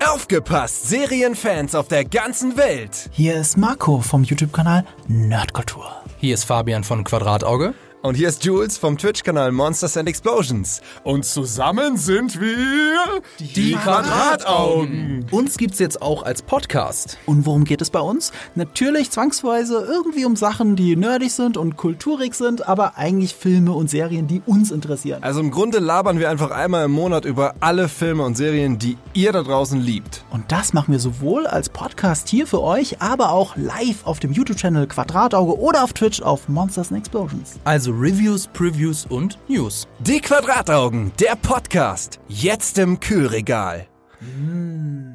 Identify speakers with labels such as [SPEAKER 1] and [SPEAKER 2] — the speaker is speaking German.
[SPEAKER 1] Aufgepasst, Serienfans auf der ganzen Welt!
[SPEAKER 2] Hier ist Marco vom YouTube-Kanal Nerdkultur.
[SPEAKER 3] Hier ist Fabian von Quadratauge.
[SPEAKER 1] Und hier ist Jules vom Twitch-Kanal Monsters and Explosions. Und zusammen sind wir die, Quadrataugen.
[SPEAKER 3] Uns gibt's jetzt auch als Podcast.
[SPEAKER 2] Und worum geht es bei uns? Natürlich zwangsweise irgendwie um Sachen, die nerdig sind und kulturig sind, aber eigentlich Filme und Serien, die uns interessieren.
[SPEAKER 1] Also im Grunde labern wir einfach einmal im Monat über alle Filme und Serien, die ihr da draußen liebt.
[SPEAKER 2] Und das machen wir sowohl als Podcast hier für euch, aber auch live auf dem YouTube-Channel Quadratauge oder auf Twitch auf Monsters and Explosions.
[SPEAKER 3] Also Reviews, Previews und News.
[SPEAKER 1] Die Quadrataugen, der Podcast, jetzt im Kühlregal.
[SPEAKER 2] Mm.